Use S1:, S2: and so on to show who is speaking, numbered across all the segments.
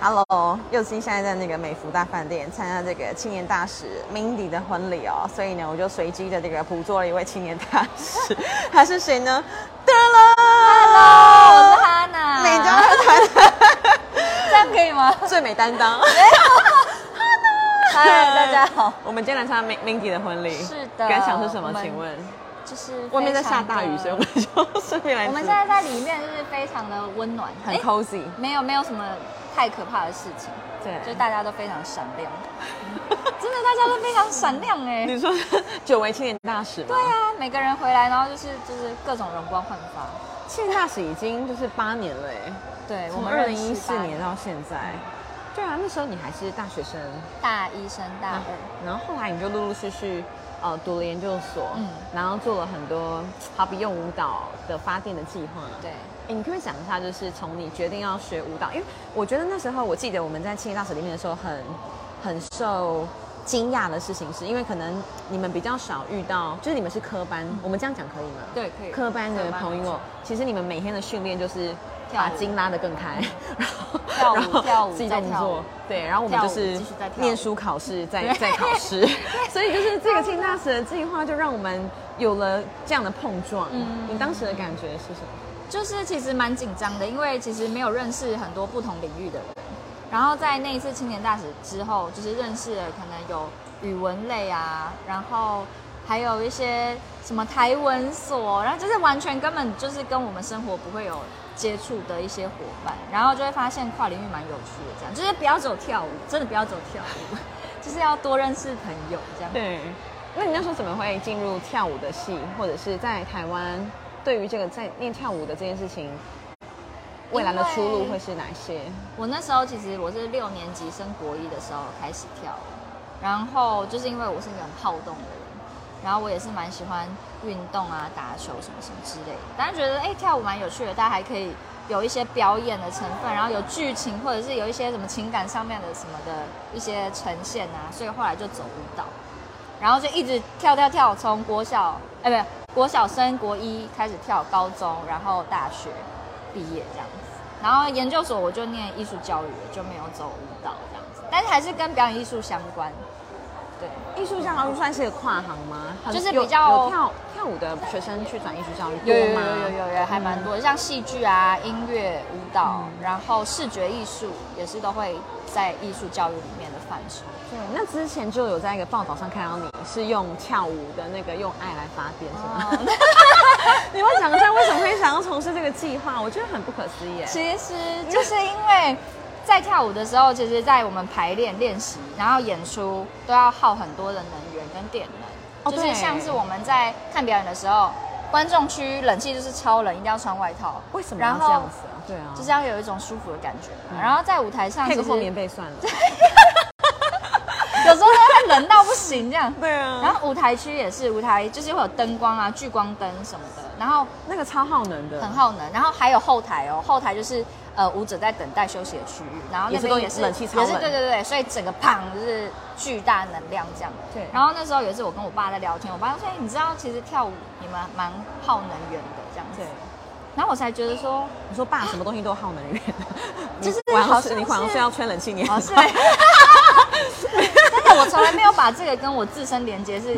S1: Hello，佑星现在在那个美孚大饭店参加这个青年大使 Mindy 的婚礼哦，所以呢，我就随机的这个捕捉了一位青年大使，他是谁呢？噔啦
S2: Hello，我是哦哈娜。
S1: 美妆团
S2: 这样可以吗？
S1: 最美担当。
S2: 嗨，哎大家 好。
S1: 我们今天来参加 Min- Mindy 的婚礼，
S2: 是的
S1: 感想是什么
S2: 我？们
S1: 请问，
S2: 就是
S1: 外面在下大雨，
S2: 非
S1: 所以我
S2: 常
S1: 们
S2: 的
S1: 就 顺便来吃。
S2: 我们现在哎在里面就是非常的温暖，
S1: 很
S2: 诶
S1: cozy，
S2: 没有没有什么太可怕的事情，就
S1: 对。
S2: 大家都非常闪 亮，真的大家都非常闪亮哎、
S1: 你说久违青年大使吗？
S2: 对啊，每个人回来，然后就是就是各种容光焕发。
S1: 青年大使已经就是八年了哎，
S2: 对，我
S1: 从
S2: 们
S1: 二
S2: 认
S1: 零一
S2: 识
S1: 四
S2: 八
S1: 年到现在。对啊，那时候你还是大学生，
S2: 大一升大二，
S1: 然后后来你就陆陆续续呃读了研究所，
S2: 嗯
S1: 然后做了很多好比用舞蹈的发电的计划。
S2: 对，
S1: 哎，你可不可以讲一下，就是从你决定要学舞蹈，因为我觉得那时候我记得我们在青年大使里面的时候很，很受惊讶的事情是，因为可能你们比较少遇到，就是你们是科班，我们这样讲可以吗？
S2: 对可以
S1: 科班的
S2: 科班
S1: 朋友，其实你们每天的训练就是
S2: 跳
S1: 把
S2: 舞
S1: 筋拉得更开， 然后
S2: 跳舞
S1: 然后
S2: 跳舞
S1: 自己
S2: 再
S1: 动
S2: 跳
S1: 作
S2: 舞，
S1: 对，然后我们
S2: 跳
S1: 就
S2: 舞
S1: 是
S2: 继续再跳舞
S1: 念书、考试、再再考 试， 所以就是这个青年大使的计划就让我们有了这样的碰撞。
S2: 嗯
S1: 你当时的感觉是什么？
S2: 就是其实蛮紧张的，因为其实没有认识很多不同领域的人。然后在那一次青年大使之后，就是认识了可能有语文类啊，然后还有一些什么台文所，然后就是完全根本就是跟我们生活不会有接触的一些伙伴，然后就会发现跨领域蛮有趣的，这样就是不要走跳舞，真的不要走跳舞， 就是要多认识朋友这样。
S1: 对，那你那时候怎么会进入跳舞的系，或者是在台湾对于这个在练跳舞的这件事情，未来的出路会是哪些？
S2: 我那时候其实我是六年级升国一的时候开始跳舞，然后就是因为我是一个很好动的人，然后我也是蛮喜欢运动啊、打球什么什么之类的，但是觉得哎、诶跳舞蛮有趣的，大家还可以有一些表演的成分，然后有剧情或者是有一些什么情感上面的什么的一些呈现啊，所以后来就走舞蹈，然后就一直跳跳跳，从国小哎、不对，国小升国一开始跳，高中然后大学毕业这样子。然后研究所我就念艺术教育了，就没有走舞蹈这样子，但是还是跟表演艺术相关。对，
S1: 艺术教育算是个跨行吗？很
S2: 就是
S1: 有
S2: 比较
S1: 有跳跳舞的学生去转艺术教育
S2: 有有
S1: 多吗？
S2: 有有有有，还蛮多的，像戏剧啊、音乐、舞蹈，然后视觉艺术也是都会在艺术教育里面的范畴。
S1: 对，那之前就有在一个报道上看到你是用跳舞的那个用爱来发电，是
S2: 哦
S1: 吗？ 你们讲一下为什么会想要从事这个计划？我觉得很不可思议耶。
S2: 其实就是因为在跳舞的时候，其实，在我们排练、练习，然后演出，都要耗很多的能源跟电能。
S1: 哦
S2: 就是
S1: 对
S2: 像是我们在看表演的时候，观众区冷气就是超冷，一定要穿外套。
S1: 为什么
S2: 然
S1: 要
S2: 后
S1: 这样子啊？对啊，
S2: 就是要有一种舒服的感觉嘛。然后在舞台上，
S1: 嗯配
S2: 其
S1: 个
S2: 实
S1: 厚棉被算了。
S2: 有时候真的会冷到不行 这样。
S1: 对啊
S2: 然后舞台区也是，舞台就是会有灯光啊、聚光灯什么的，然后
S1: 那个超耗能的，
S2: 很耗能。然后还有后台哦，后台就是呃舞者在等待休息的区域，然后那边
S1: 也
S2: 也
S1: 是
S2: 是
S1: 都冷气超冷
S2: 也是对对对，所以整个胖就是巨大能量这样。
S1: 对
S2: 然后那时候有一次我跟我爸在聊天，我爸说：“哎，你知道其实跳舞你们蛮耗能源的这样子
S1: 对。。
S2: 然后我才觉得说，
S1: 你说爸什么东西都耗能源，
S2: 就是
S1: 你晚上
S2: 好
S1: 睡
S2: 像
S1: 你晚上
S2: 是
S1: 睡要吹冷气，你
S2: 哦，
S1: 很
S2: 是，
S1: 耗
S2: 真的，我从来没有把这个跟我自身连接是，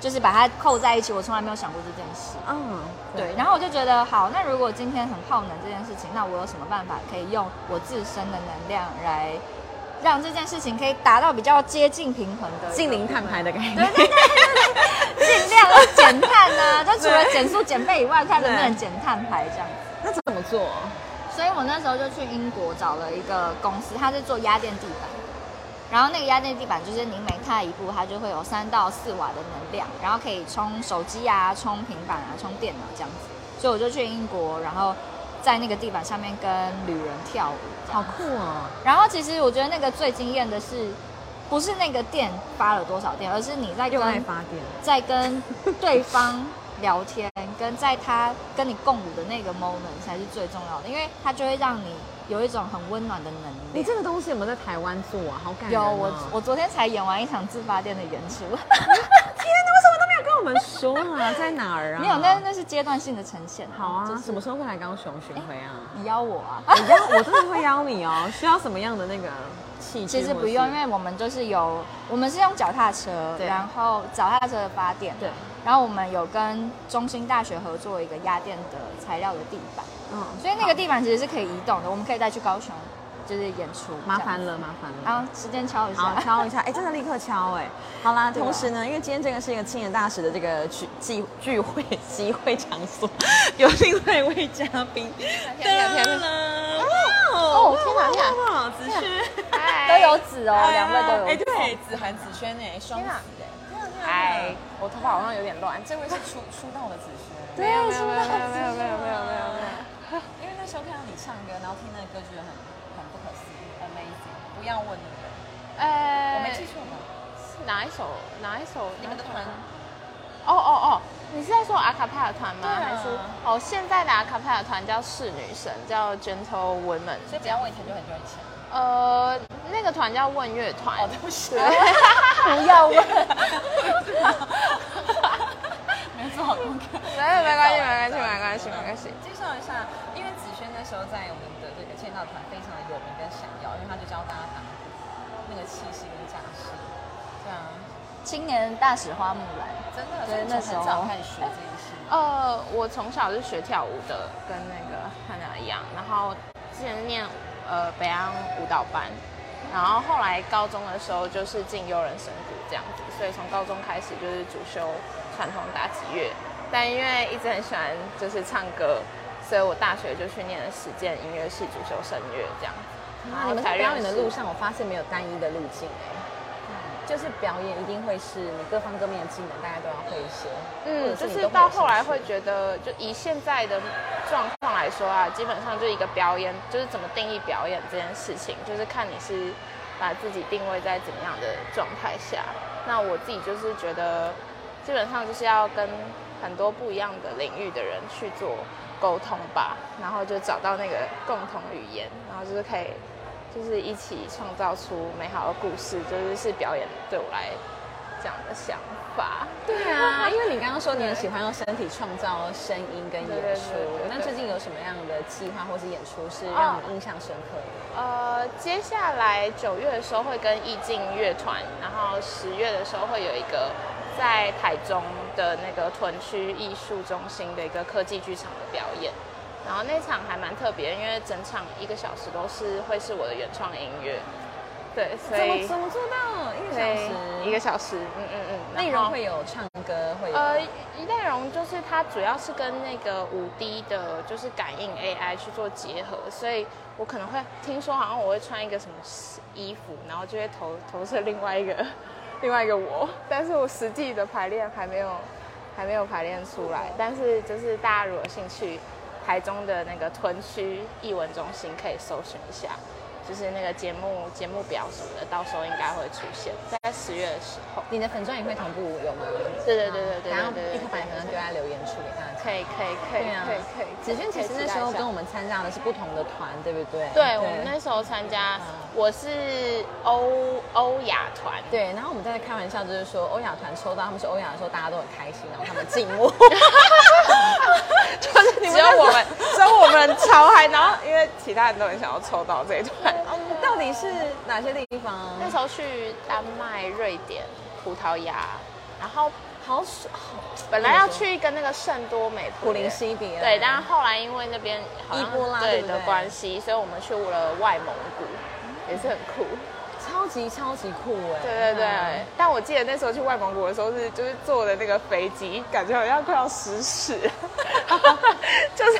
S2: 就是把它扣在一起，我从来没有想过这件事。
S1: 嗯，
S2: 对，然后我就觉得好，那如果今天很耗能这件事情，那我有什么办法可以用我自身的能量来让这件事情可以达到比较接近平衡的一个
S1: 近零碳排的概
S2: 对
S1: 念，
S2: 对对对对，尽量要减碳 啊，就除了减速减费以外，看能不能
S1: 对
S2: 减碳排这样子。
S1: 那怎么做？
S2: 所以我那时候就去英国找了一个公司，它是做压电地板，然后那个压电地板就是你每踏一步，它就会有三到四瓦的能量，然后可以充手机啊、充平板啊、充电脑这样子。所以我就去英国，然后在那个地板上面跟旅人跳舞。
S1: 好酷哦！
S2: 然后其实我觉得那个最惊艳的是，不是那个电发了多少电，而是你在跟
S1: 用爱发电，
S2: 在跟对方聊天，跟在他跟你共舞的那个 moment 才是最重要的，因为它就会让你有一种很温暖的能
S1: 你
S2: 力。
S1: 这个东西有没有在台湾做啊？好感人啊
S2: 有
S1: 哦！
S2: 我，我昨天才演完一场自发电的演出，
S1: 天哪，为什么都没有跟我们说啦，在哪儿 啊？
S2: 没有，那那是阶段性的呈现。
S1: 好啊，
S2: 就是
S1: 什么时候会来高雄巡回 啊？
S2: 你邀我啊？
S1: 我邀，我真的会邀你哦。需要什么样的那个 器具？
S2: 其实
S1: 或
S2: 不
S1: 者是
S2: 用，因为我们就是有，我们是用脚踏车，
S1: 对
S2: 然后脚踏车的发电，
S1: 对，
S2: 然后我们有跟中兴大学合作一个压电的材料的地板，
S1: 嗯，
S2: 所以那个地板其实是可以移动的，我们可以再去高雄就是演出。
S1: 麻烦了，麻烦了。
S2: 然后时间敲一
S1: 好，
S2: 下。
S1: 敲一下，哎、真的立刻敲哎、好啦，
S2: 对啊
S1: 同时呢，因为今天这个是一个青年大使的这个聚聚聚会集会场所，有另外一位嘉 宾。
S2: 天啊天啊天啊
S1: 啊！
S2: 哦天哪天哪
S1: 哪！子轩，
S2: 都有籽哦，两位都有
S1: 哎，
S2: 籽。
S1: 对，子涵、子轩哎，双子哎，
S2: 嗨，
S3: 我头发好像有点乱，这位是出出道的子轩，
S2: 没有没有没有没有没有没有没有没有没有。
S3: 因为那时候看到你唱歌，然后听那个歌，觉得很很不可思议，amazing，不要问你们，
S2: 哎
S4: 呃，
S3: 我没记错吧？
S4: 是哪一首？哪一首？
S3: 那个团
S2: 嗯
S4: 哦哦哦，你是在说阿卡 帕的团吗？
S3: 对啊
S4: 还是哦，现在的阿卡帕的团叫侍女神，叫 Gentle Women。
S3: 所以只要问以前就很久以前。
S4: 呃，那个团叫问乐团。
S2: 哎
S3: 哦，对不起，
S2: 不要问，
S3: 没有做好功课。
S4: 没有，没关系，没关系，没关系，没关系。
S3: 介绍一下，因为子轩那时候在我们的这个签到团非常的有名跟闪耀，因为他就教大家打鼓那个气息跟架势，对啊，
S2: 青年大使花木兰，
S3: 真的，所
S2: 对
S3: 以
S2: 那
S3: 那
S2: 时
S3: 时
S2: 候
S3: 很早开始学这件事。
S4: 呃，我从小是学跳舞的，跟那个汉娜一样，然后之前念呃北安舞蹈班，然后后来高中的时候就是进悠人神鼓这样子，所以从高中开始就是主修传统打击乐，但因为一直很喜欢就是唱歌，所以我大学就去念了实践音乐系主修声乐这样子，然
S1: 啊你
S4: 后
S1: 们在
S4: 才
S1: 表演
S4: 认
S1: 的
S4: 识
S1: 路上，我发现没有单一的路径哎、就是表演一定会是你各方各面的技能，大家都要会一些。
S4: 嗯，
S1: 或者
S4: 就是
S1: 你都会
S4: 是
S1: 有
S4: 到后来
S1: 兴趣
S4: 会觉得，就以现在的状况来说啊，基本上就一个表演，就是怎么定义表演这件事情，就是看你是把自己定位在怎么样的状态下。那我自己就是觉得，基本上就是要跟很多不一样的领域的人去做沟通吧，然后就找到那个共同语言，然后就是可以就是一起创造出美好的故事，就是是表演对我来讲的想法。
S1: 对啊，因为你刚刚说你很喜欢用身体创造声音跟
S4: 对
S1: 演
S4: 对
S1: 出
S4: 对对，
S1: 那
S4: 对
S1: 最近有什么样的计划或是演出是让你印象深刻的？
S4: 呃，接下来九月的时候会跟意境乐团，然后十月的时候会有一个在台中的那个屯区艺术中心的一个科技剧场的表演。然后那场还蛮特别，因为整场一个小时都是会是我的原创音乐，对，所
S1: 怎
S4: 以
S1: 么怎么做到一个小
S4: 对
S1: 时？
S4: 一个小时，嗯嗯嗯，
S1: 内
S4: 然
S1: 容
S4: 后
S1: 会有唱歌，会有、
S4: 呃，内容就是它主要是跟那个五 D 的，就是感应 AI 去做结合，所以我可能会听说好像我会穿一个什么衣服，然后就会投投射另外一个 另外一个我，但是我实际的排练还没有还没有排练出来，但是就是大家如果有兴趣，台中的那个屯区艺文中心可以搜寻一下。就是那个节目节目表什么的，到时候应该会出现在十月的时候。
S1: 你的粉钻也会同步有吗？
S4: 对对对对对对对对对
S1: 然后一刻把你粉钻丢在留言处给大家。
S4: 可以可以可以
S1: 对啊
S4: 可以可以。
S1: 子轩其实那时候跟我
S4: 我，
S1: 们参加的是不同的团，对不对？
S4: 对啊我们那时候参加，我是欧欧亚 团，
S1: 对，然后我们在开玩笑，就是说欧亚团抽到他们是欧亚的时候，大家都很开心，然后他们静 默。就是你
S4: 只
S1: 们
S4: 有
S1: 那时候
S4: 我们只有我们超嗨，然后因为其他人都很想要抽到这一团。
S1: 到底是哪些地方？
S4: 哦那时候去丹麦、瑞典、葡萄牙，然后
S1: 好爽，
S4: 本来要去一个那个圣多美
S1: 普林西比尔
S4: 对，但是后来因为那边好像
S1: 伊波拉对
S4: 对
S1: 不
S4: 的
S1: 对
S4: 关系，所以我们去了外蒙古，也是很酷。
S1: 超级超级酷哎！
S4: 对对对，
S1: 嗯
S4: 但我记得那时候去外蒙古的时候是，就是坐的那个飞机，感觉好像快要失事， 就是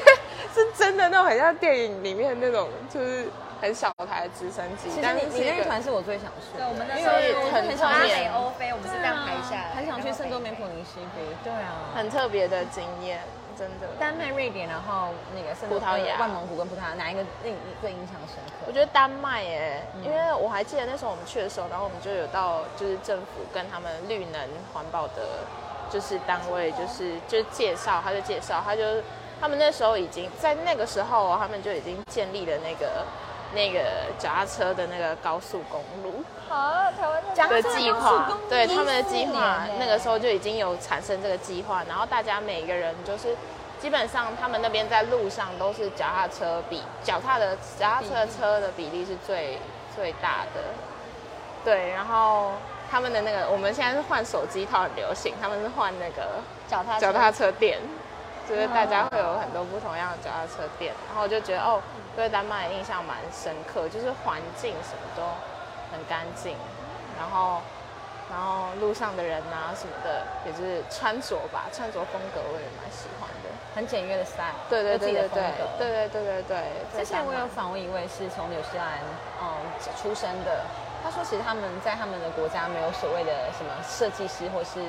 S4: 是真的那种很像电影里面那种，就是很小台的直升机。
S1: 其实
S4: 但是
S1: 你
S4: 是
S1: 你
S4: 一
S1: 那
S4: 个
S1: 一团是我最想去的，
S3: 对，我们那
S1: 因
S3: 时
S1: 为
S3: 候
S4: 因为
S3: 我
S4: 很
S3: 很
S4: 特
S3: 想
S4: 别
S3: 北欧飞，我们是这样排下来，
S1: 很想去
S3: 然后
S1: 圣多美
S3: 北
S1: 普林西比，对啊。
S4: 很特别的经验，真的。
S1: 丹麦、瑞典，然后那个圣多
S4: 葡萄牙
S1: 呃万蒙古跟葡萄牙，哪一个令你最印象深刻？
S4: 我觉得丹麦耶、因为我还记得那时候我们去的时候，然后我们就有到就是政府跟他们绿能环保的，就是单位，就是就介绍，他就介绍，他就他们那时候已经在那个时候哦、他们就已经建立了那个那个脚踏车的那个高速公路
S2: 好，台湾
S3: 讲
S4: 的
S3: 这个
S4: 计
S3: 高速公
S4: 划
S3: 路，
S4: 对他们的计
S2: 14
S4: 划
S2: 年，
S4: 那个时候就已经有产生这个计划，然后大家每个人就是。基本上，他们那边在路上都是脚踏车比脚踏的脚踏车车的比例是最最大的，对。然后他们的那个，我们现在是换手机套很流行，他们是换那个
S2: 脚踏
S4: 脚踏车店，
S1: 哦
S4: 就是大家会有很多不同样的脚踏车店，然后我就觉得哦，对丹麦的印象蛮深刻，就是环境什么都很干净，然后然后路上的人啊什么的，也是穿着吧，穿着风格我也蛮喜欢的。
S1: 很简约的 style，
S4: 对对
S1: 有自
S4: 对
S1: 己的
S4: 对
S1: 风
S4: 对
S1: 格。
S4: 对对对对对。在
S1: 之前
S4: 丹
S1: 我
S4: 麦
S1: 有访问一位是从纽西兰嗯出生的，他说其实他们在他们的国家没有所谓的什么设计师或是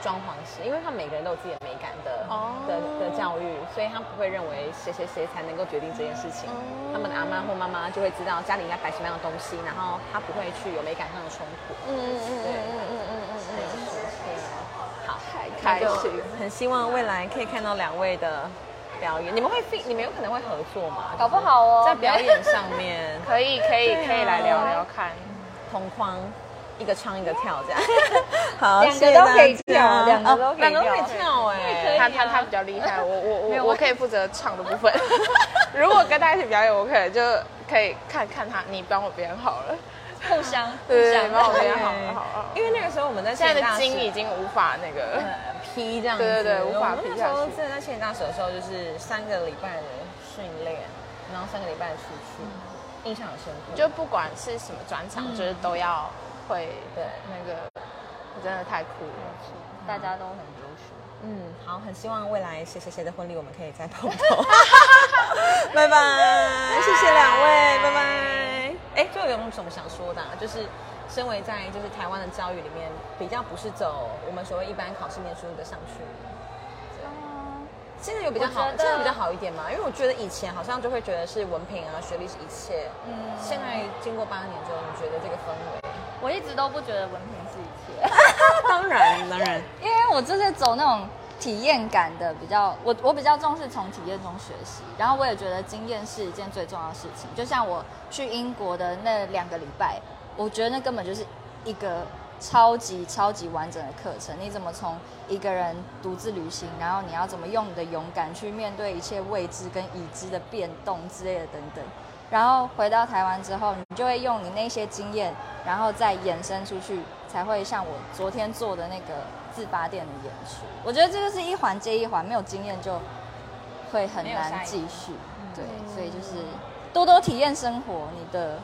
S1: 装潢师，因为他们每个人都有自己的美感的、
S4: 哦
S1: 的的教育，所以他不会认为谁谁谁才能够决定这件事情。
S4: 哦
S1: 他们的阿妈或妈妈就会知道家里应该摆什么样的东西，然后他不会去有美感上的冲突。
S4: 嗯嗯嗯嗯嗯嗯嗯嗯，
S1: 好，
S4: 开
S1: 就
S4: 心。
S1: 很希望未来可以看到两位的表演，你们会 fit，你们有可能会合作吗？
S2: 搞不好哦
S1: 在表演上面
S4: 可以可以
S1: 啊
S4: 可以来聊聊看。
S1: 同框，一个唱一个跳 这样。好，
S2: 两个
S1: 谢谢大
S2: 都可以
S1: 家
S2: 跳
S4: 啊
S2: 两个都可以
S4: 哦
S1: 两个都可以
S2: 跳
S1: 跳哎。
S4: 他他他比较厉害，我我
S1: 没有
S4: 我
S1: 我
S4: 我可以负责唱的部分。 如果跟他一起表演，我可能就可以看看他，你帮我编好了，
S2: 互相互
S4: 对对
S2: 相
S4: 对，帮我
S1: 对
S4: 编好了，好好。
S1: 因为那个时候我们在
S4: 现在
S1: 庆大使
S4: 的筋已经无法那个，
S1: 呃劈这样子，
S4: 对对对无法
S1: 我们
S4: 劈
S1: 那时
S4: 下
S1: 候
S4: 去
S1: 真的在庆大使的时候，就是三个礼拜的训练，然后三个礼拜的出去，印象很深刻。
S4: 嗯就不管是什么专场，就是都要会
S1: 对
S4: 那个，真的太酷了。
S2: 大家都很优秀。
S1: 嗯，好，很希望未来谁谁谁的婚礼我们可以再碰 头。 拜拜，谢谢两位，拜拜。哎，最后有没有什么想说的、啊？就是身为在就是台湾的教育里面，比较不是走我们所谓一般考试念书的上去，现在有比较好
S2: 啊我，觉得
S1: 现在比较好一点嘛？因为我觉得以前好像就会觉得是文凭啊、学历是一切，嗯，现在经过八年之后，你觉得这个氛 围？
S2: 我一直都不觉得文凭是一切。
S1: 当然，当然，
S2: 因为我就是走那种体验感的比较，我我比较重视从体验中学习，然后我也觉得经验是一件最重要的事情。就像我去英国的那两个礼拜，我觉得那根本就是一个超级超级完整的课程。你怎么从一个人独自旅行，然后你要怎么用你的勇敢去面对一切未知跟已知的变动之类的等等。然后回到台湾之后，你就会用你那些经验，然后再延伸出去，才会像我昨天做的那个自发店的演出。我觉得这个是一环接一环，没有经验就会很
S3: 没有下
S2: 难
S3: 一嗯
S2: 继续。对，所以就是多多体验生活，你的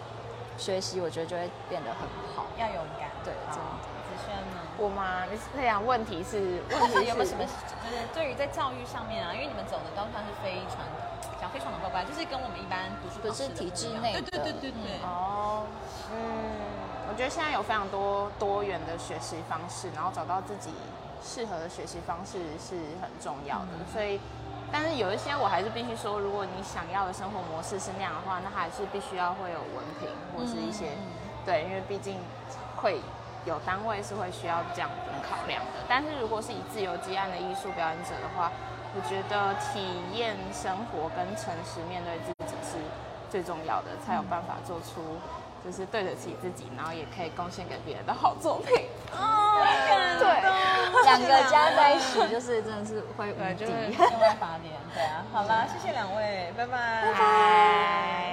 S2: 学习我觉得就会变得很好。
S3: 要勇敢。
S2: 对，真的。
S3: 子轩呢？
S4: 我吗？你是那样问题是
S3: 或
S4: 问
S3: 者
S4: 题
S3: 有没有
S4: 是
S3: 什么，就是对于在教育上面啊，因为你们走的都算是非传统，讲非传统怪怪，就是跟我们一般读书考试的
S2: 不是体制
S3: 不一样
S2: 内的
S3: 对对对对对。
S4: 哦，嗯，我觉得现在有非常多多元的学习方式，然后找到自己适合的学习方式是很重要的。所以，但是有一些我还是必须说，如果你想要的生活模式是那样的话，那还是必须要会有文凭或是一些、对，因为毕竟会有单位是会需要这样的考量的。但是如果是以自由接案的艺术表演者的话，我觉得体验生活跟诚实面对自己是最重要的，才有办法做出就是对得起自己，然后也可以贡献给别人的好作品。
S2: 嗯
S4: 对，
S2: 两个加在一起就是真的是会无
S4: 对，
S2: 敌
S4: 就。是
S3: 另外八点，对啊，好啦，谢谢两位，拜拜。
S4: 拜。